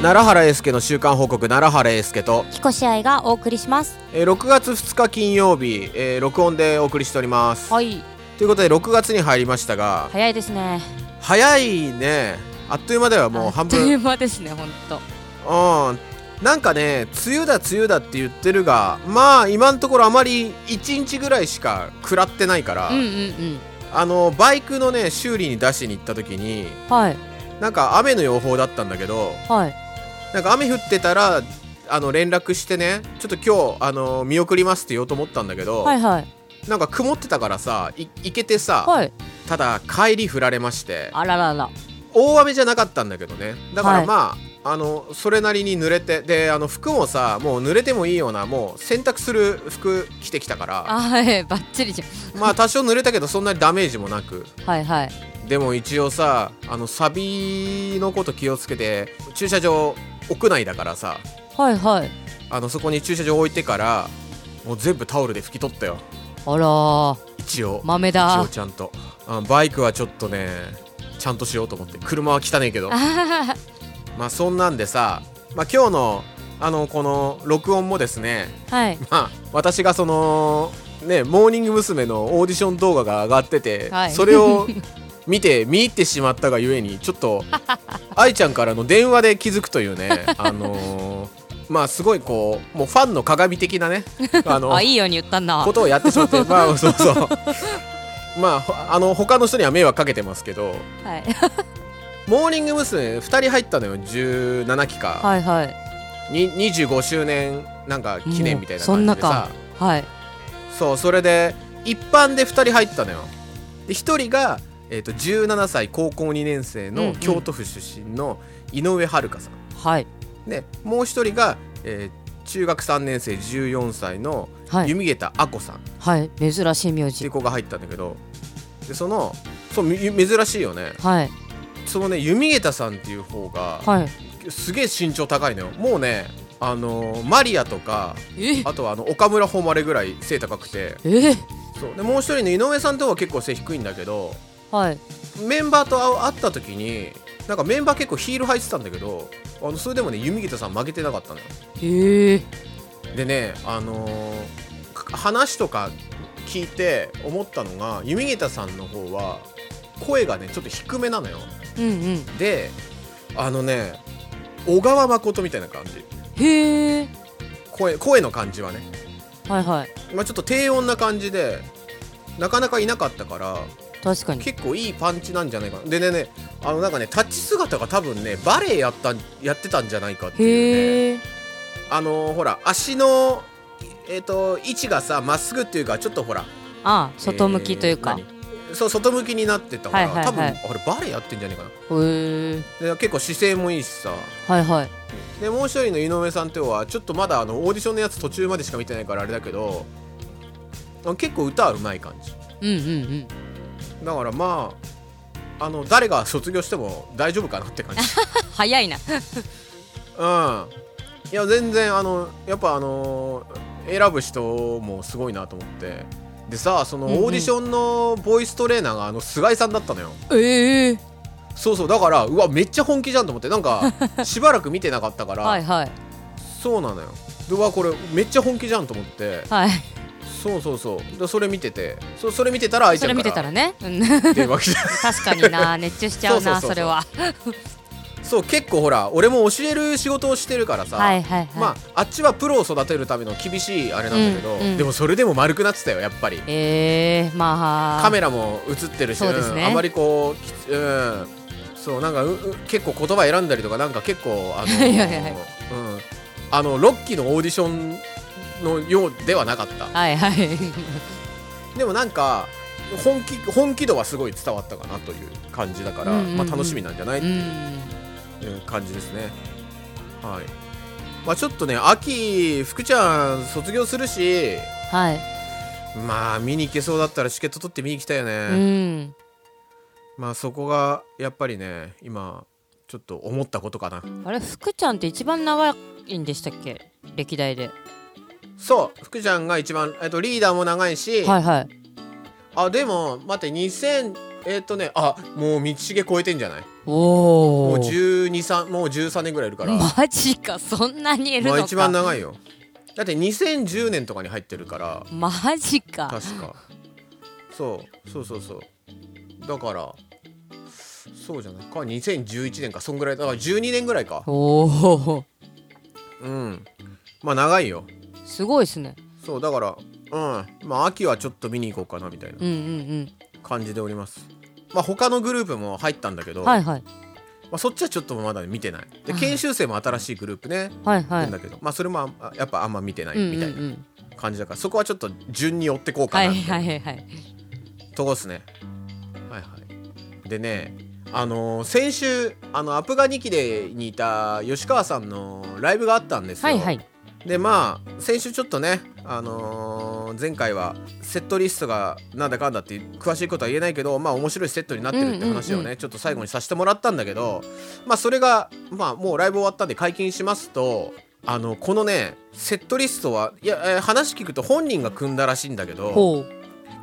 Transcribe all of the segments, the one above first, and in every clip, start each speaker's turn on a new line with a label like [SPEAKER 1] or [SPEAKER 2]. [SPEAKER 1] 奈良原英介の週刊報告奈良原英介と、
[SPEAKER 2] 彦試合がお送りします
[SPEAKER 1] えー6月2日金曜日、えー録音でお送りしております、
[SPEAKER 2] はい
[SPEAKER 1] ということで6月に入りましたが
[SPEAKER 2] 早いですね
[SPEAKER 1] 早いねあっという間ではもう半
[SPEAKER 2] あっとい
[SPEAKER 1] 分
[SPEAKER 2] う間ですね本当
[SPEAKER 1] うんなんかね梅雨だ梅雨だって言ってるがまあ今のところあまり1日ぐらいしか食らってないから、
[SPEAKER 2] うんうんうん
[SPEAKER 1] あのバイクのね修理に出しに行った時に
[SPEAKER 2] はい
[SPEAKER 1] なんか雨の予報だったんだけど
[SPEAKER 2] はい
[SPEAKER 1] なんか雨降ってたらあの連絡してねちょっと今日あの見送りますって言おうと思ったんだけど、
[SPEAKER 2] はいはい
[SPEAKER 1] なんか曇ってたからさい行けてさ、
[SPEAKER 2] はい
[SPEAKER 1] ただ帰り降られまして
[SPEAKER 2] あららら
[SPEAKER 1] 大雨じゃなかったんだけどねだか
[SPEAKER 2] は
[SPEAKER 1] ら
[SPEAKER 2] い
[SPEAKER 1] まあ,、あのそれなりに濡れてであの服もさもう濡れてもいいようなもう洗濯する服着てきたから
[SPEAKER 2] あはいバッチリじゃん
[SPEAKER 1] まあ多少濡れたけどそんなにダメージもなく
[SPEAKER 2] はいはい
[SPEAKER 1] でも一応さあのサビのこと気をつけて駐車場屋内だからさ
[SPEAKER 2] はいはい
[SPEAKER 1] あのそこに駐車場置いてからもう全部タオルで拭き取ったよ
[SPEAKER 2] あらー
[SPEAKER 1] 一応
[SPEAKER 2] 豆
[SPEAKER 1] 一
[SPEAKER 2] だ
[SPEAKER 1] 応ちゃんとあバイクはちょっとねちゃんとしようと思って車は汚いけど
[SPEAKER 2] あはは
[SPEAKER 1] まあそんなんでさ、まあ、今日のあのこの録音もですね
[SPEAKER 2] はい
[SPEAKER 1] まあ私がそのねモーニング娘。のオーディション動画が上がってて、
[SPEAKER 2] はい
[SPEAKER 1] それを見て見入ってしまったがゆえにちょっ と愛ちゃんからの電話で気づくというねあのーまあすごいこうもうファンの鏡的な ねあの
[SPEAKER 2] あいいように言ったんだ
[SPEAKER 1] ことをやってしま ってまあそうそうまあほあの他の人には迷惑かけてますけど
[SPEAKER 2] はい
[SPEAKER 1] モーニング娘。2人入ったのよ17期か、
[SPEAKER 2] はいはい
[SPEAKER 1] に25周年なんか記念みたいな
[SPEAKER 2] もうそ
[SPEAKER 1] 感
[SPEAKER 2] ん
[SPEAKER 1] じ
[SPEAKER 2] な
[SPEAKER 1] で
[SPEAKER 2] か
[SPEAKER 1] さ
[SPEAKER 2] はい
[SPEAKER 1] そうそれで一般で2人入ったのよで1人が、えー、と17歳高校2年生
[SPEAKER 2] うんう
[SPEAKER 1] の
[SPEAKER 2] ん
[SPEAKER 1] 京都府出身の井上遥さん、
[SPEAKER 2] はい
[SPEAKER 1] でもう1人が、えー中学3年生14歳の
[SPEAKER 2] はい
[SPEAKER 1] 弓桁亜子さんっ
[SPEAKER 2] はい珍しい名
[SPEAKER 1] てい
[SPEAKER 2] 字
[SPEAKER 1] う子が入ったんだけどでそのそうみ珍しいよね
[SPEAKER 2] はい
[SPEAKER 1] そのね弓桁さんっていう方が
[SPEAKER 2] はい
[SPEAKER 1] すげえ身長高いのよもうねあのーマリアとか
[SPEAKER 2] え
[SPEAKER 1] あとはあの岡村誉ぐらい背高くて
[SPEAKER 2] え
[SPEAKER 1] そうでもう一人の井上さんとは結構背低いんだけど
[SPEAKER 2] はい
[SPEAKER 1] メンバーと会った時になんかメンバー結構ヒール履いてたんだけどあのそれでもね弓桁さん負けてなかったのよ
[SPEAKER 2] ええ
[SPEAKER 1] でねあのーか話とか聞いて思ったのが弓桁さんの方は声がねちょっと低めなのよ
[SPEAKER 2] うんうん
[SPEAKER 1] であのね小川誠みたいな感じ
[SPEAKER 2] へえ
[SPEAKER 1] 声声の感じはね
[SPEAKER 2] はいはい
[SPEAKER 1] まあ、ちょっと低温な感じでなかなかいなかったから
[SPEAKER 2] 確かに
[SPEAKER 1] 結構いいパンチなんじゃないかなでねねあのなんかね立ち姿が多分ねバレエやったんやってたんじゃないかっていうね
[SPEAKER 2] へえ
[SPEAKER 1] あのほら足のえっ、と位置がさまっすぐっていうかちょっとほら
[SPEAKER 2] ああ外向きというか
[SPEAKER 1] えー何そう外向きになってたから、
[SPEAKER 2] はいはい
[SPEAKER 1] 多
[SPEAKER 2] はい
[SPEAKER 1] 分あれバレエやってんじゃないかな
[SPEAKER 2] へえ
[SPEAKER 1] で結構姿勢もいいしさ
[SPEAKER 2] はいはい
[SPEAKER 1] でもう一人の井上さんとはちょっとまだあのオーディションのやつ途中までしか見てないからあれだけどあの結構歌はうまい感じ
[SPEAKER 2] うんうんうん
[SPEAKER 1] だからまああの誰が卒業しても大丈夫かなって感 じ
[SPEAKER 2] 早いな
[SPEAKER 1] うんいや全然あのやっぱあの選ぶ人もすごいなと思ってでさその
[SPEAKER 2] うんうん
[SPEAKER 1] オーディションのボイストレーナーがあの菅井さんだったのよ
[SPEAKER 2] ええ
[SPEAKER 1] そうそうだからうわめっちゃ本気じゃんと思ってなん かしばらく見てなかったから、
[SPEAKER 2] はいはい
[SPEAKER 1] そうなのよでうわこれめっちゃ本気じゃんと思って
[SPEAKER 2] はい
[SPEAKER 1] そうそうそうでそれ見ててそそれ見てたら愛ち
[SPEAKER 2] そ
[SPEAKER 1] ゃ
[SPEAKER 2] れ
[SPEAKER 1] ん
[SPEAKER 2] 見
[SPEAKER 1] か
[SPEAKER 2] てたら
[SPEAKER 1] ら
[SPEAKER 2] ねうん
[SPEAKER 1] 電話来て
[SPEAKER 2] 確かにな熱中しちゃうな
[SPEAKER 1] そうそうそうそう
[SPEAKER 2] それは
[SPEAKER 1] そう結構ほら俺も教える仕事をしてるからさ、
[SPEAKER 2] はいはいはい
[SPEAKER 1] まああっちはプロを育てるための厳しいあれなんだけど、
[SPEAKER 2] うんうん
[SPEAKER 1] でもそれでも丸くなってたよやっぱり
[SPEAKER 2] ええまあ
[SPEAKER 1] カメラも映ってるし、
[SPEAKER 2] そうですね
[SPEAKER 1] んあまりこうきつうんそうなんかうう結構言葉選んだりとかなんか結構あの
[SPEAKER 2] いやいやいや
[SPEAKER 1] うん、あのロッキーのオーディションのようではなかった
[SPEAKER 2] はいはい
[SPEAKER 1] でもなんか本気本気度はすごい伝わったかなという感じだから、
[SPEAKER 2] うんうんうん
[SPEAKER 1] まあ、楽しみなんじゃない
[SPEAKER 2] うん
[SPEAKER 1] うん感じですね。はい。まあちょっとね、秋、福ちゃん卒業するし、
[SPEAKER 2] はい
[SPEAKER 1] まあ見に行けそうだったらチケット取って見に行きたいよ
[SPEAKER 2] う
[SPEAKER 1] ね。
[SPEAKER 2] ん
[SPEAKER 1] まあそこがやっぱりね、今、ちょっと思ったことかな。
[SPEAKER 2] あれ福ちゃんって一番長いんでしたっけ歴代で
[SPEAKER 1] そう、福ちゃんが一番、えっと、リーダーも長いし、
[SPEAKER 2] はいはい
[SPEAKER 1] あ、でも、待って、2000、えーっとねあもう道重超えてんじゃない
[SPEAKER 2] お
[SPEAKER 1] も
[SPEAKER 2] お
[SPEAKER 1] う12三もう13年ぐらいいるから、
[SPEAKER 2] マジかそんなにいるの
[SPEAKER 1] ま
[SPEAKER 2] か、
[SPEAKER 1] あ一番長いよだって2010年とかに入ってるから
[SPEAKER 2] マジか
[SPEAKER 1] 確かそうそうそうそうだからそうじゃないか2011年かそんぐらいだから12年ぐらいか
[SPEAKER 2] おお
[SPEAKER 1] うんまあ長いよ
[SPEAKER 2] すごいですね
[SPEAKER 1] そうだからうんまあ秋はちょっと見に行こうかなみたいな
[SPEAKER 2] うんうん
[SPEAKER 1] 感じでおりますまあ他のグループも入ったんだけ
[SPEAKER 2] う
[SPEAKER 1] ど、
[SPEAKER 2] んはいはい
[SPEAKER 1] まあ、そっちはちょっとまだ見てないで
[SPEAKER 2] はい
[SPEAKER 1] 研修生も新しいグループね、
[SPEAKER 2] はいはい
[SPEAKER 1] なんだけどまあそれもあんあやっぱあんま見てない
[SPEAKER 2] うん
[SPEAKER 1] み
[SPEAKER 2] うんう
[SPEAKER 1] たいなん感じだから、そこはちょっと順に追ってこうか
[SPEAKER 2] は
[SPEAKER 1] なっ
[SPEAKER 2] い
[SPEAKER 1] ていう
[SPEAKER 2] はいはい
[SPEAKER 1] とこっすねはいはいでねあのー先週あのアプガニキデにいた吉川さんのライブがあったんですよ
[SPEAKER 2] はいはい
[SPEAKER 1] でまあ先週ちょっとねあのー前回はセットリストがなんだかんだっていう詳しいことは言えないけどまあ面白いセットになってるって話をね、
[SPEAKER 2] うんうんう
[SPEAKER 1] ちょっと最後にさせてもらったんだけどまあそれがまあもうライブ終わったんで解禁しますとあのこのねセットリストはいや、えー話聞くと本人が組んだらしいんだけど
[SPEAKER 2] ほ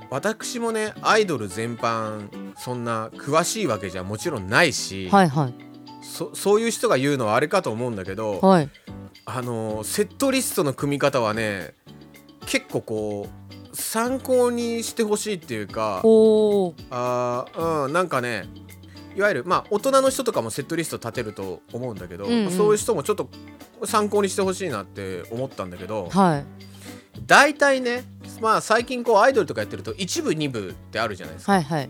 [SPEAKER 1] 私もねアイドル全般そんな詳しいわけじゃもちろんないし、
[SPEAKER 2] うはいはい
[SPEAKER 1] そそういう人が言うのはあれかと思うんだけど、
[SPEAKER 2] はい
[SPEAKER 1] あのーセットリストの組み方はね結構こう参考にしてほしいっていうか
[SPEAKER 2] ほう
[SPEAKER 1] あー、うん、なんかねいわゆるまあ大人の人とかもセットリスト立てると思うんだけど、
[SPEAKER 2] うんうん
[SPEAKER 1] まあそういう人もちょっと参考にしてほしいなって思ったんだけど
[SPEAKER 2] はい
[SPEAKER 1] 大体ねまあ最近こうアイドルとかやってると1部2部ってあるじゃないですか
[SPEAKER 2] はいはい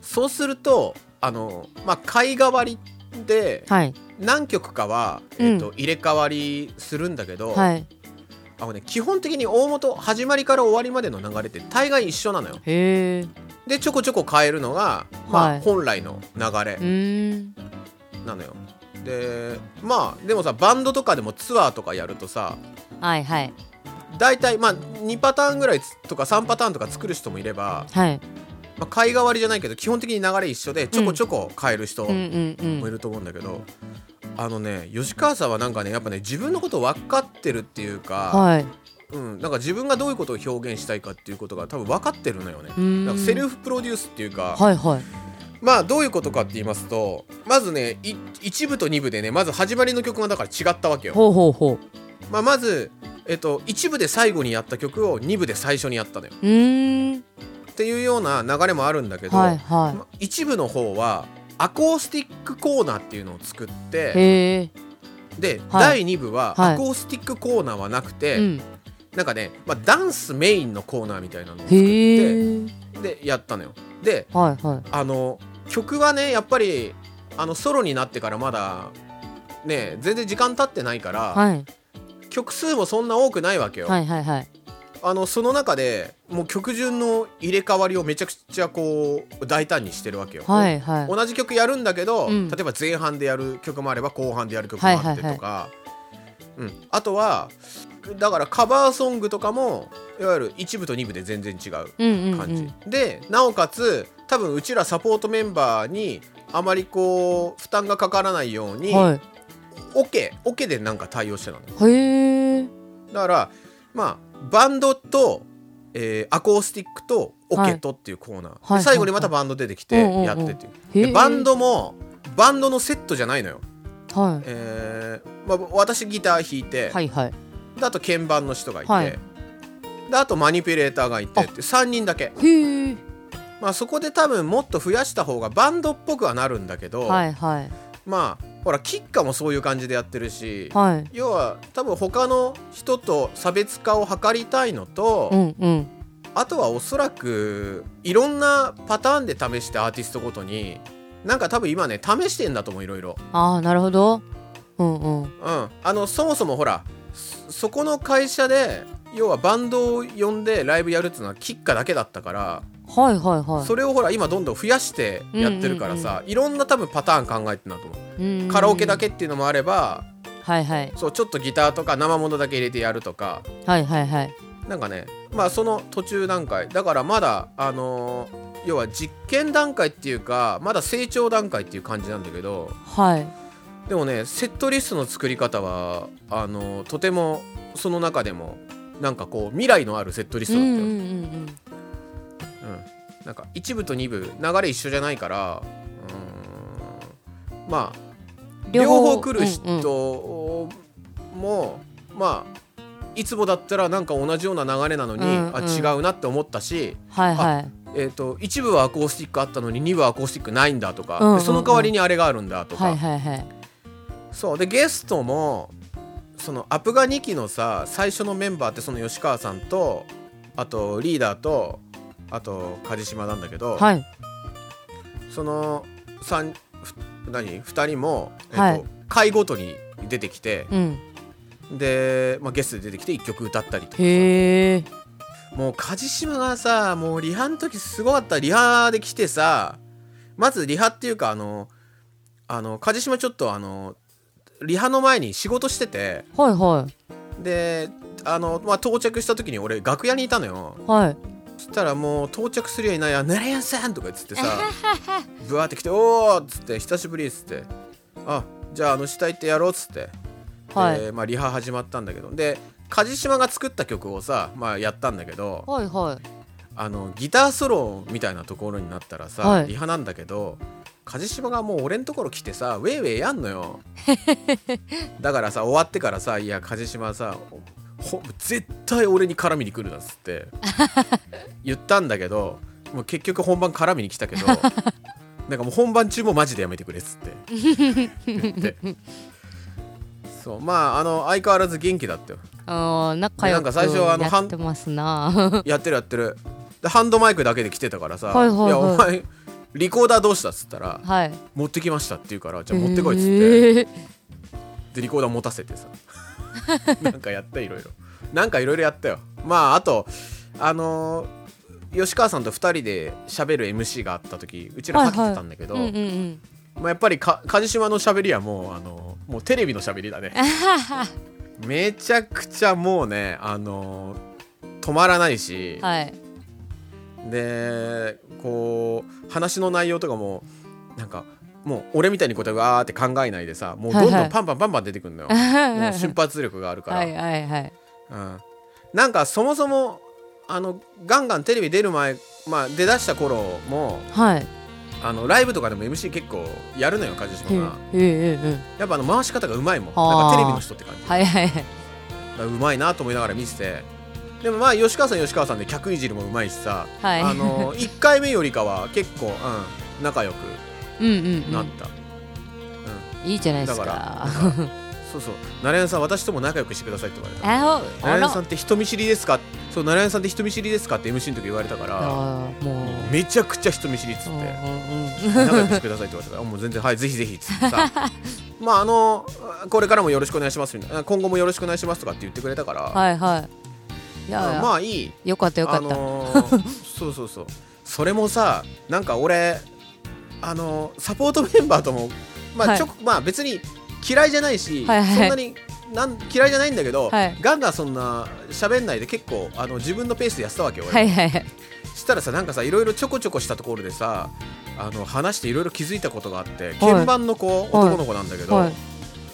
[SPEAKER 1] そうするとあのまあ買い代わりで
[SPEAKER 2] はい
[SPEAKER 1] 何曲かは、
[SPEAKER 2] うん
[SPEAKER 1] えっと入れ替わりするんだけど、
[SPEAKER 2] はい
[SPEAKER 1] あのね、基本的に大元始まりから終わりまでの流れって大概一緒なのよ
[SPEAKER 2] へえ
[SPEAKER 1] でちょこちょこ変えるのが、まあ
[SPEAKER 2] はい
[SPEAKER 1] 本来の流れ
[SPEAKER 2] うーん
[SPEAKER 1] なのよでまあでもさバンドとかでもツアーとかやるとさ
[SPEAKER 2] はいはい
[SPEAKER 1] 大体まあ2パターンぐらいつとか3パターンとか作る人もいれば、
[SPEAKER 2] はい
[SPEAKER 1] まあ、買い代わりじゃないけど基本的に流れ一緒でちょこちょこ変える人、
[SPEAKER 2] うんうん
[SPEAKER 1] も
[SPEAKER 2] う
[SPEAKER 1] い
[SPEAKER 2] ん
[SPEAKER 1] ると思うんだけど、あのね吉川さんはなんかねやっぱね自分のこと分かってるっていうか、
[SPEAKER 2] はい
[SPEAKER 1] うん、なんか自分がどういうことを表現したいかっていうことが多分分かってるのよね。
[SPEAKER 2] うーん
[SPEAKER 1] なんかセルフプロデュースっていうか、
[SPEAKER 2] はいはい
[SPEAKER 1] まあどういうことかって言いますとまずねい1部と2部でねまず始まりの曲がだから違ったわけよ。
[SPEAKER 2] ほうほうほ
[SPEAKER 1] まあ、まず、えっと、1部で最後にやった曲を2部で最初にやったのよ。
[SPEAKER 2] ううーん
[SPEAKER 1] っていうような流れもあるんだけど、
[SPEAKER 2] はいは
[SPEAKER 1] まあ一部の方はアコースティックコーナーっていうのを作って
[SPEAKER 2] いへえ
[SPEAKER 1] で、
[SPEAKER 2] はい
[SPEAKER 1] 第2部は
[SPEAKER 2] はい
[SPEAKER 1] アコースティックコーナーはなくて、
[SPEAKER 2] うん
[SPEAKER 1] なんかね、まあ、ダンスメインのコーナーみたいなのを作って
[SPEAKER 2] へえ
[SPEAKER 1] でやったのよで
[SPEAKER 2] はいはい
[SPEAKER 1] あの曲はねやっぱりあのソロになってからまだね全然時間経ってないから、
[SPEAKER 2] はい
[SPEAKER 1] 曲数もそんな多くないわけよ、
[SPEAKER 2] はいはいはい
[SPEAKER 1] あのその中でもう曲順の入れ替わりをめちゃくちゃこう大胆にしてるわけよ、
[SPEAKER 2] はいはい
[SPEAKER 1] 同じ曲やるんだけど、
[SPEAKER 2] うん
[SPEAKER 1] 例えば前半でやる曲もあれば後半でやる曲もあってとか、うん、あとはだからカバーソングとかもいわゆる1部と2部で全然違う
[SPEAKER 2] うんうんう
[SPEAKER 1] 感じ、
[SPEAKER 2] ん
[SPEAKER 1] でなおかつ多分うちらサポートメンバーにあまりこう負担がかからないように、
[SPEAKER 2] は
[SPEAKER 1] オケオケでなんか対応してたの
[SPEAKER 2] いへえ
[SPEAKER 1] だからまあバンドと、えーアコースティックとオケとっていうコーナー、
[SPEAKER 2] はい
[SPEAKER 1] で最後にまたバンド出てきて
[SPEAKER 2] はいはい
[SPEAKER 1] やってっていう、
[SPEAKER 2] へ
[SPEAKER 1] で
[SPEAKER 2] え
[SPEAKER 1] バンドもバンドのセットじゃないのよ、
[SPEAKER 2] は
[SPEAKER 1] えーまあ、私ギター弾いて、
[SPEAKER 2] いはいはい
[SPEAKER 1] であと鍵盤の人がいて、
[SPEAKER 2] はい
[SPEAKER 1] であとマニピュレーターがいて
[SPEAKER 2] あ
[SPEAKER 1] って3人だけ、
[SPEAKER 2] へえ
[SPEAKER 1] まあ、そこで多分もっと増やした方がバンドっぽくはなるんだけど、
[SPEAKER 2] はいはい
[SPEAKER 1] まあほらキッカもそういう感じでやってるし、
[SPEAKER 2] はい
[SPEAKER 1] 要は多分他の人と差別化を図りたいのと、
[SPEAKER 2] うんうん
[SPEAKER 1] あとはおそらくいろんなパターンで試してアーティストごとになんか多分今ね試してんだと思ういろいろ。
[SPEAKER 2] ああなるほどうんうん
[SPEAKER 1] うん、あのそもそもほらそそこの会社で要はバンドを呼んでライブやるっていうのはキッカだけだったから、
[SPEAKER 2] はいはいはい
[SPEAKER 1] それをほら今どんどん増やしてやってるからさ、いろんな多分パターン考えてんだと思う、
[SPEAKER 2] うんうん
[SPEAKER 1] カラオケだけっていうのもあれば
[SPEAKER 2] はいはい
[SPEAKER 1] そうちょっとギターとか生ものだけ入れてやるとか
[SPEAKER 2] はいはいはい
[SPEAKER 1] なんかねまあその途中段階だからまだあのー要は実験段階っていうかまだ成長段階っていう感じなんだけど
[SPEAKER 2] はい
[SPEAKER 1] でもねセットリストの作り方はあのとてもその中でもなんかこう未来のあるセットリス
[SPEAKER 2] うん
[SPEAKER 1] ト
[SPEAKER 2] う
[SPEAKER 1] だっ
[SPEAKER 2] ん
[SPEAKER 1] たよ、
[SPEAKER 2] うんうん
[SPEAKER 1] うんなんか1部と2部流れ一緒じゃないからうーんまあ両方来る
[SPEAKER 2] うんうん
[SPEAKER 1] 人も、まあいつもだったらなんか同じような流れなのに、
[SPEAKER 2] うん
[SPEAKER 1] あ
[SPEAKER 2] うん
[SPEAKER 1] 違うなって思ったし、
[SPEAKER 2] はいはい
[SPEAKER 1] えー、と一部はアコースティックあったのに2部はアコースティックないんだとか、
[SPEAKER 2] うんうんうん
[SPEAKER 1] でその代わりにあれがあるんだとか、
[SPEAKER 2] はいはいはい
[SPEAKER 1] そうでゲストもそのアプガ2期のさ最初のメンバーってその吉川さんとあとリーダーとあと梶島なんだけど、
[SPEAKER 2] はい
[SPEAKER 1] その三ふ何2人も、えっと
[SPEAKER 2] はい
[SPEAKER 1] 回ごとに出てきて
[SPEAKER 2] うん
[SPEAKER 1] で、まあ、ゲストで出てきて1曲歌ったりとか
[SPEAKER 2] へえ
[SPEAKER 1] もう梶島がさもうリハの時すごかったリハで来てさまずリハっていうかあのあの梶島ちょっとあのリハの前に仕事してて
[SPEAKER 2] はいはい
[SPEAKER 1] であの、まあ、到着した時に俺楽屋にいたのよ
[SPEAKER 2] はい
[SPEAKER 1] そしたらもう到着するやいないや「ナレアンさん!」とか言ってさぶわーって来て「おー!」っつって「久しぶり」っつって「あじゃああの下行ってやろう」っつって、
[SPEAKER 2] はい
[SPEAKER 1] でまあ、リハ始まったんだけどで梶島が作った曲をさ、まあ、やったんだけど
[SPEAKER 2] はいはい
[SPEAKER 1] あのギターソロみたいなところになったらさ、
[SPEAKER 2] はい
[SPEAKER 1] リハなんだけど梶島がもう俺んところ来てさウェイウェイやんの よだからさ終わってからさ「いや梶島さほ絶対俺に絡みに来るな」っつって 言ったんだけどもう結局本番絡みに来た けどなんかもう本番中もマジでやめてくれっつって 言ってそうまああの相変わらず元気だったよ
[SPEAKER 2] あー仲良
[SPEAKER 1] なんか最初はあ
[SPEAKER 2] く
[SPEAKER 1] の
[SPEAKER 2] やってますな
[SPEAKER 1] やってるやってるでハンドマイクだけで来てたからさ「
[SPEAKER 2] はいはいはい
[SPEAKER 1] やお前リコーダーどうした?」っつったら
[SPEAKER 2] はい
[SPEAKER 1] 「持ってきました」って言うから「じゃあ持ってこい」っつって、
[SPEAKER 2] えー
[SPEAKER 1] でリコーダー持たせてさ なんかやったいろいろなんかいろいろやったよまああとあのー吉川さんと2人で喋る MC があった時うちら
[SPEAKER 2] はい
[SPEAKER 1] か
[SPEAKER 2] はい
[SPEAKER 1] けてたんだけど、
[SPEAKER 2] うんうんうん
[SPEAKER 1] まあ、やっぱりか梶島の喋りはもうあのーもうテレビの喋り だねめちゃくちゃもうねあのー止まらないし、
[SPEAKER 2] はい
[SPEAKER 1] でこう話の内容とかもなんかもう俺みたいにこうやってわーって考えないでさもうどん
[SPEAKER 2] はい
[SPEAKER 1] ど
[SPEAKER 2] は
[SPEAKER 1] ん
[SPEAKER 2] い
[SPEAKER 1] パンパンパンパン出てく るのよ、もう瞬発力があるから、
[SPEAKER 2] はいはいはい
[SPEAKER 1] うん、なんかそもそもあのガンガンテレビ出る前、まあ、出だした頃も
[SPEAKER 2] はい
[SPEAKER 1] あのライブとかでも MC 結構やるのよ梶
[SPEAKER 2] うん
[SPEAKER 1] 島が
[SPEAKER 2] うんうんうん
[SPEAKER 1] やっぱあの回し方がうまいもん
[SPEAKER 2] あー
[SPEAKER 1] なんかテレビの人って感じ
[SPEAKER 2] はいはいは
[SPEAKER 1] だ
[SPEAKER 2] い
[SPEAKER 1] からうまいなと思いながら見ててでもまあ吉川さん吉川さんで客いじりもうまいしさ、
[SPEAKER 2] はい
[SPEAKER 1] あの1回目よりかは結構、うん、仲良く
[SPEAKER 2] うんうんう
[SPEAKER 1] なっ
[SPEAKER 2] ん
[SPEAKER 1] た、
[SPEAKER 2] いいじゃないです
[SPEAKER 1] だ
[SPEAKER 2] か
[SPEAKER 1] そうそう「ナレンさん私とも仲良くしてください」って言われた
[SPEAKER 2] あ
[SPEAKER 1] 「
[SPEAKER 2] お
[SPEAKER 1] ナ
[SPEAKER 2] あ
[SPEAKER 1] レ
[SPEAKER 2] ら
[SPEAKER 1] ンさんって人見知りですか?」そう「ナレンさんって人見知りですか?」って MC の時言われたから
[SPEAKER 2] あーもう
[SPEAKER 1] めちゃくちゃ人見知りっつって
[SPEAKER 2] うん
[SPEAKER 1] 「
[SPEAKER 2] うんうん
[SPEAKER 1] 仲良くしてください」って言われたからあ「もう全然はいぜひぜひ」っつってさ まああのこれからもよろしくお願いしますみたいな今後もよろしくお願いしますとかって言ってくれたから、
[SPEAKER 2] はいはいいや
[SPEAKER 1] うん
[SPEAKER 2] いや
[SPEAKER 1] まあいい
[SPEAKER 2] よかったよかった、
[SPEAKER 1] あのーそうそうそうそれもさなんか俺あのーサポートメンバーと も、まあ
[SPEAKER 2] はい
[SPEAKER 1] ちょこまあ、別に嫌いじゃないし、
[SPEAKER 2] はいはい
[SPEAKER 1] そんなになん嫌いじゃないんだけど、
[SPEAKER 2] はい
[SPEAKER 1] ガンガンそんな喋んないで結構あの自分のペースでやってたわけよ、俺
[SPEAKER 2] はいはいはい
[SPEAKER 1] したらさなんかさいろいろちょこちょこしたところでさあの話していろいろ気づいたことがあって、鍵盤の子男の子なんだけど、
[SPEAKER 2] はい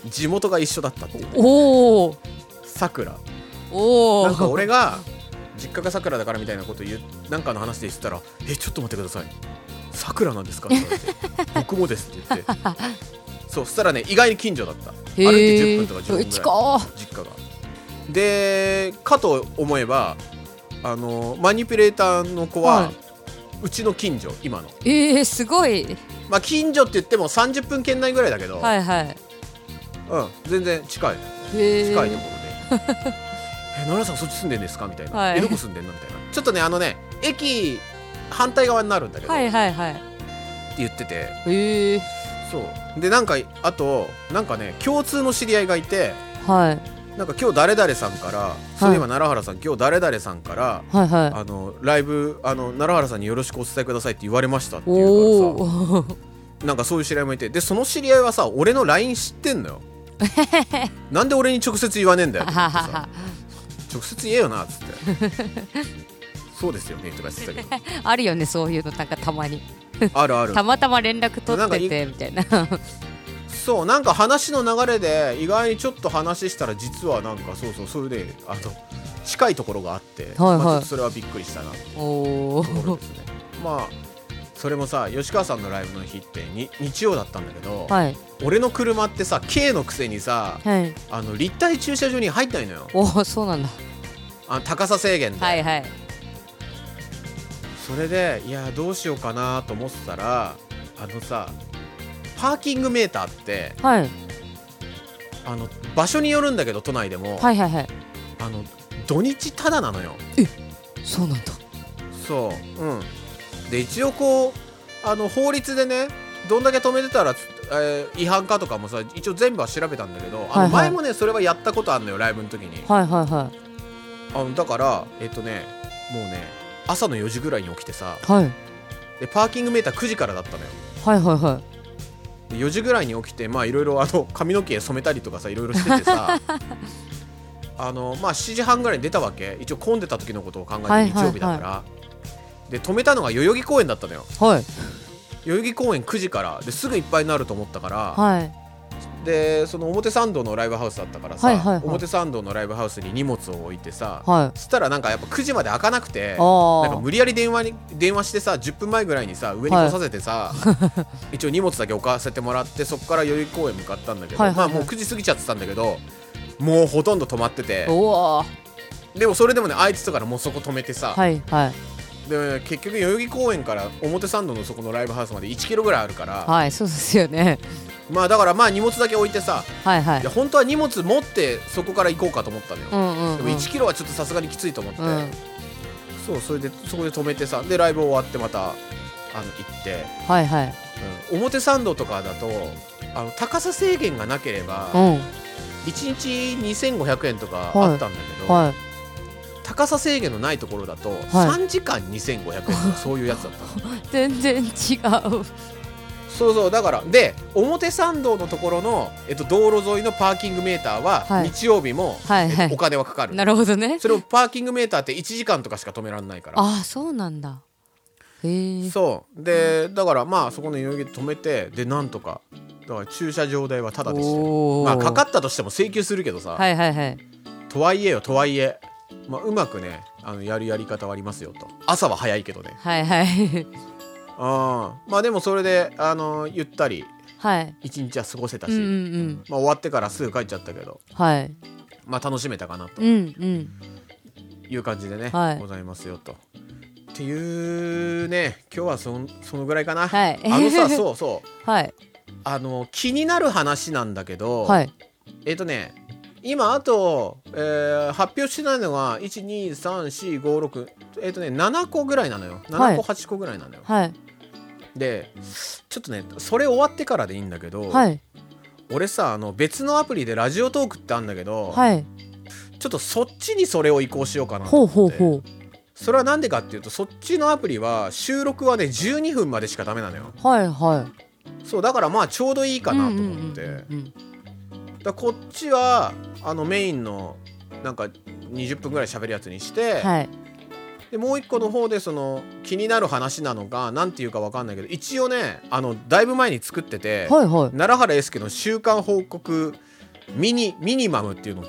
[SPEAKER 1] 地元が一緒だったっていうね
[SPEAKER 2] おー
[SPEAKER 1] さくら
[SPEAKER 2] おお
[SPEAKER 1] なんか俺が実家がさくらだからみたいなこと言うなんかの話で言ってたら「えちょっと待ってくださいさくらなんですか?」って言わ れて「僕もです」って言ってそうそしたらね意外に近所だった歩いて10分とか15分
[SPEAKER 2] うち
[SPEAKER 1] ぐらい
[SPEAKER 2] か
[SPEAKER 1] 実家がでかと思えばあのマニピュレーターの子は、
[SPEAKER 2] はいう
[SPEAKER 1] ちの近所今の
[SPEAKER 2] えー、すごい
[SPEAKER 1] まあ近所って言っても30分圏内ぐらいだけど、
[SPEAKER 2] はいはい
[SPEAKER 1] うん、全然近い
[SPEAKER 2] え
[SPEAKER 1] 近いと
[SPEAKER 2] ー
[SPEAKER 1] ころで 「え奈良さんそっち住んでんですか?」みたいな「
[SPEAKER 2] はい
[SPEAKER 1] えどこ住んでんの?」みたいなちょっとねあのね駅反対側になるんだけど、
[SPEAKER 2] はい
[SPEAKER 1] って
[SPEAKER 2] はいはい
[SPEAKER 1] 言ってて
[SPEAKER 2] えー、
[SPEAKER 1] そうでなんかあとなんかね共通の知り合いがいて
[SPEAKER 2] はい
[SPEAKER 1] なんか今日誰々さんから、そういえば奈良原さん今日誰々さんから
[SPEAKER 2] はいは
[SPEAKER 1] あのライブあの奈良原さんによろしくお伝えくださいって言われましたって
[SPEAKER 2] い
[SPEAKER 1] いうから
[SPEAKER 2] お
[SPEAKER 1] さ
[SPEAKER 2] お
[SPEAKER 1] なんかそういう知り合いもいてでその知り合いはさ俺の LINE 知ってんのよ なんで俺に直接言わねえんだよと思って さ直接言えよなっつってそうですよねとか言ってたけど
[SPEAKER 2] あるよねそういうのなんかたまに
[SPEAKER 1] あるある
[SPEAKER 2] たまたま連絡取
[SPEAKER 1] なんか
[SPEAKER 2] っ
[SPEAKER 1] い
[SPEAKER 2] て
[SPEAKER 1] い
[SPEAKER 2] てみたいな
[SPEAKER 1] そうなんか話の流れで意外にちょっと話したら実はなんかそうそうそれであの近いところがあって、
[SPEAKER 2] は
[SPEAKER 1] まあ
[SPEAKER 2] い
[SPEAKER 1] ちょっとそれはびっくりしたなって
[SPEAKER 2] おお
[SPEAKER 1] ところですねままあそれもさ吉川さんのライブの日ってに日曜だったんだけど、
[SPEAKER 2] はい
[SPEAKER 1] 俺の車ってさ K のくせにさ
[SPEAKER 2] はい
[SPEAKER 1] あの立体駐車場に入んないのよ
[SPEAKER 2] おおそうなんだ
[SPEAKER 1] あ高さ制限で、
[SPEAKER 2] はいはい
[SPEAKER 1] それでいやどうしようかなと思ってたらあのさパーキングメーターって
[SPEAKER 2] はい
[SPEAKER 1] あの場所によるんだけど都内でも、
[SPEAKER 2] はいはいはい
[SPEAKER 1] あの土日ただなのよ
[SPEAKER 2] そうなんだ
[SPEAKER 1] そううんで一応こうあの法律でねどんだけ止めてたら、えー違反かとかもさ一応全部は調べたんだけどあの
[SPEAKER 2] はいはい
[SPEAKER 1] 前もね、それはやったことあるのよライブの時に
[SPEAKER 2] はいはいは
[SPEAKER 1] あのだからえっとねもうね朝の4時ぐらいに起きてさ
[SPEAKER 2] いはい
[SPEAKER 1] でパーキングメーター9時からだったのよ
[SPEAKER 2] はいはいは
[SPEAKER 1] で4時ぐらいに起きてまあいろいろあの髪の毛染めたりとかさいろいろしてて さあのまあ7時半ぐらいに出たわけ一応混んでた時のことを考えて
[SPEAKER 2] はいはい
[SPEAKER 1] 日曜日だから、で止めたのが代々木公園だったのよ
[SPEAKER 2] いはい
[SPEAKER 1] 代々木公園9時からですぐいっぱいになると思ったから、
[SPEAKER 2] はい
[SPEAKER 1] でその表参道のライブハウスだったからさ、
[SPEAKER 2] はいはいはい
[SPEAKER 1] 表参道のライブハウスに荷物を置いてさ、
[SPEAKER 2] はい
[SPEAKER 1] そしたらなんかやっぱ9時まで開かなくてな
[SPEAKER 2] あ
[SPEAKER 1] んか
[SPEAKER 2] あ
[SPEAKER 1] 無理やり電話に電話してさ10分前ぐらいにさ上に来させてさ、 一応荷物だけ置かせてもらってそこから代々木公園向かったんだけど、
[SPEAKER 2] はいはいはい
[SPEAKER 1] まあもう9時過ぎちゃってたんだけどもうほとんど止まってて
[SPEAKER 2] おお
[SPEAKER 1] でもそれでもねあいつとからもうそこ止めてさ、
[SPEAKER 2] はいはい
[SPEAKER 1] で結局代々木公園から表参道のそこのライブハウスまで1キロぐらいあるから、
[SPEAKER 2] はいそうですよね
[SPEAKER 1] まあだからまあ荷物だけ置いてさ
[SPEAKER 2] はいはい
[SPEAKER 1] いや本当は荷物持ってそこから行こうかと思ったのよ、
[SPEAKER 2] うんうん
[SPEAKER 1] で
[SPEAKER 2] う
[SPEAKER 1] も
[SPEAKER 2] ん
[SPEAKER 1] 1キロはちょっとさすがにきついと思って、
[SPEAKER 2] うん
[SPEAKER 1] そうそれでそこで止めてさでライブ終わってまたあの行って。
[SPEAKER 2] はいはい
[SPEAKER 1] うん表参道とかだとあの高さ制限がなけれ
[SPEAKER 2] う
[SPEAKER 1] ば
[SPEAKER 2] ん
[SPEAKER 1] 1日2500円とかあったんだけど、
[SPEAKER 2] はい
[SPEAKER 1] 高さ制限のないところだと3時間2500円とかそういうやつだった の
[SPEAKER 2] 全然違う
[SPEAKER 1] そうそうだからで表参道のところの、えっと、道路沿いのパーキングメーターは
[SPEAKER 2] はい
[SPEAKER 1] 日曜日も、
[SPEAKER 2] はいはい
[SPEAKER 1] えっとお金はかかる
[SPEAKER 2] なるほどね
[SPEAKER 1] それをパーキングメーターって1時間とかしか止められないから
[SPEAKER 2] ああそうなんだへえ
[SPEAKER 1] そうでだからまあそこの代々木で止めてでなんとかだから駐車場代はタダでしたよ
[SPEAKER 2] お
[SPEAKER 1] まあかか
[SPEAKER 2] っ
[SPEAKER 1] ったとしても請求するけどさ、
[SPEAKER 2] はいはいはい
[SPEAKER 1] とはいえよとはいえ、まあ、うまくねあのやるやり方はありますよと朝は早いけどね
[SPEAKER 2] はいはい
[SPEAKER 1] あまあでもそれで、あのゆったり
[SPEAKER 2] はい
[SPEAKER 1] 一日は過ごせた
[SPEAKER 2] う
[SPEAKER 1] し、
[SPEAKER 2] んうんうん
[SPEAKER 1] まあ、終わってからすぐ帰っちゃったけど、
[SPEAKER 2] はい
[SPEAKER 1] まあ、楽しめたかなと
[SPEAKER 2] うんうん
[SPEAKER 1] いう感じでね、
[SPEAKER 2] はい
[SPEAKER 1] ございますよと。っていうね今日はそんそのぐらいかな、
[SPEAKER 2] はい
[SPEAKER 1] あのさそうそう
[SPEAKER 2] はい
[SPEAKER 1] あの気になる話なんだけど、
[SPEAKER 2] はい
[SPEAKER 1] えっ、とね今あと、えー発表してないのが123456えっ、とね7個ぐらいなのよ
[SPEAKER 2] は
[SPEAKER 1] 7
[SPEAKER 2] い
[SPEAKER 1] 個8個ぐらいなのよ、
[SPEAKER 2] はい
[SPEAKER 1] でちょっとねそれ終わってからでいいんだけど、
[SPEAKER 2] はい
[SPEAKER 1] 俺さあの別のアプリでラジオトークってあるんだけど、
[SPEAKER 2] はい
[SPEAKER 1] ちょっとそっちにそれを移行しようかなと
[SPEAKER 2] ほう
[SPEAKER 1] 思って
[SPEAKER 2] ほうほ
[SPEAKER 1] それはなんでかっていうとそっちのアプリは収録はね12分までしかダメなのよ
[SPEAKER 2] うはいはい
[SPEAKER 1] そうだからまあちょうどいいかなと思って、
[SPEAKER 2] うん
[SPEAKER 1] だからこっちはあのメインのなんか20分ぐらい喋るやつにして、
[SPEAKER 2] はい
[SPEAKER 1] でもう一個の方でその気になる話なのかなんていうかわかんないけど一応ねあのだいぶ前に作ってて、
[SPEAKER 2] はいはい
[SPEAKER 1] 奈良原英介の「週刊報告ミニミニマム」っていうの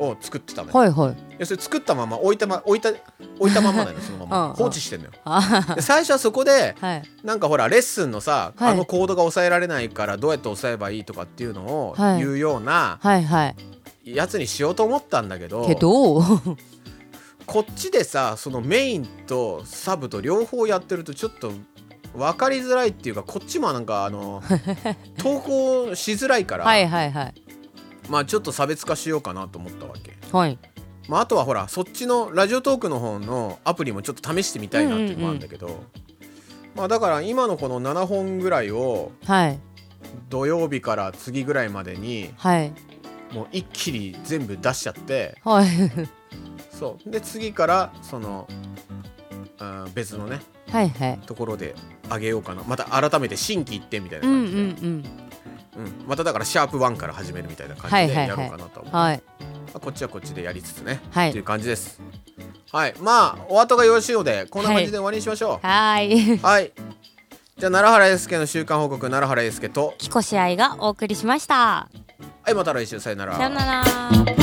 [SPEAKER 1] を作ってたのよ、
[SPEAKER 2] はいはい
[SPEAKER 1] 要するに作ったまま置いたま置いた置いたまんまなのよそのま
[SPEAKER 2] うんう
[SPEAKER 1] ま
[SPEAKER 2] ん
[SPEAKER 1] 放置してんのよ
[SPEAKER 2] あはは
[SPEAKER 1] で最初はそこで
[SPEAKER 2] はい
[SPEAKER 1] なんかほらレッスンのさ、
[SPEAKER 2] はい
[SPEAKER 1] あのコードが抑えられないからどうやって抑えばいいとかっていうのを
[SPEAKER 2] はい
[SPEAKER 1] 言うような
[SPEAKER 2] はいはい
[SPEAKER 1] やつにしようと思ったんだけど,、
[SPEAKER 2] けど
[SPEAKER 1] こっちでさそのメインとサブと両方やってるとちょっと分かりづらいっていうかこっちもなんかあ の投稿しづらいから、
[SPEAKER 2] はいはいはい
[SPEAKER 1] まあちょっと差別化しようかなと思ったわけ、
[SPEAKER 2] はい
[SPEAKER 1] まあ、あとはほらそっちのラジオトークの方のアプリもちょっと試してみたいなっていうのもあるんだけど、まあだから今のこの7本ぐらいを
[SPEAKER 2] はい
[SPEAKER 1] 土曜日から次ぐらいまでに
[SPEAKER 2] はい
[SPEAKER 1] もう一気に全部出しちゃって
[SPEAKER 2] はい
[SPEAKER 1] そうで次からその、うん別のね
[SPEAKER 2] はいはい
[SPEAKER 1] ところで上げようかなまた改めて新規一点みたいな
[SPEAKER 2] うん
[SPEAKER 1] 感
[SPEAKER 2] う
[SPEAKER 1] じで、
[SPEAKER 2] んうん
[SPEAKER 1] うんまただからシャープ1から始めるみたいな感
[SPEAKER 2] はい
[SPEAKER 1] じで
[SPEAKER 2] はいはい
[SPEAKER 1] やろうかなと思う
[SPEAKER 2] はい
[SPEAKER 1] まあこっちはこっちでやりつつね、
[SPEAKER 2] はい
[SPEAKER 1] っていう感じですはいまあお後がよろしいのでこんな感じで終わりにしましょ
[SPEAKER 2] は ーいう
[SPEAKER 1] はい、じゃあ奈良原英介の週刊報告奈良原英介と
[SPEAKER 2] 木越愛がお送りしました
[SPEAKER 1] はいまた来週さよなら
[SPEAKER 2] さよなら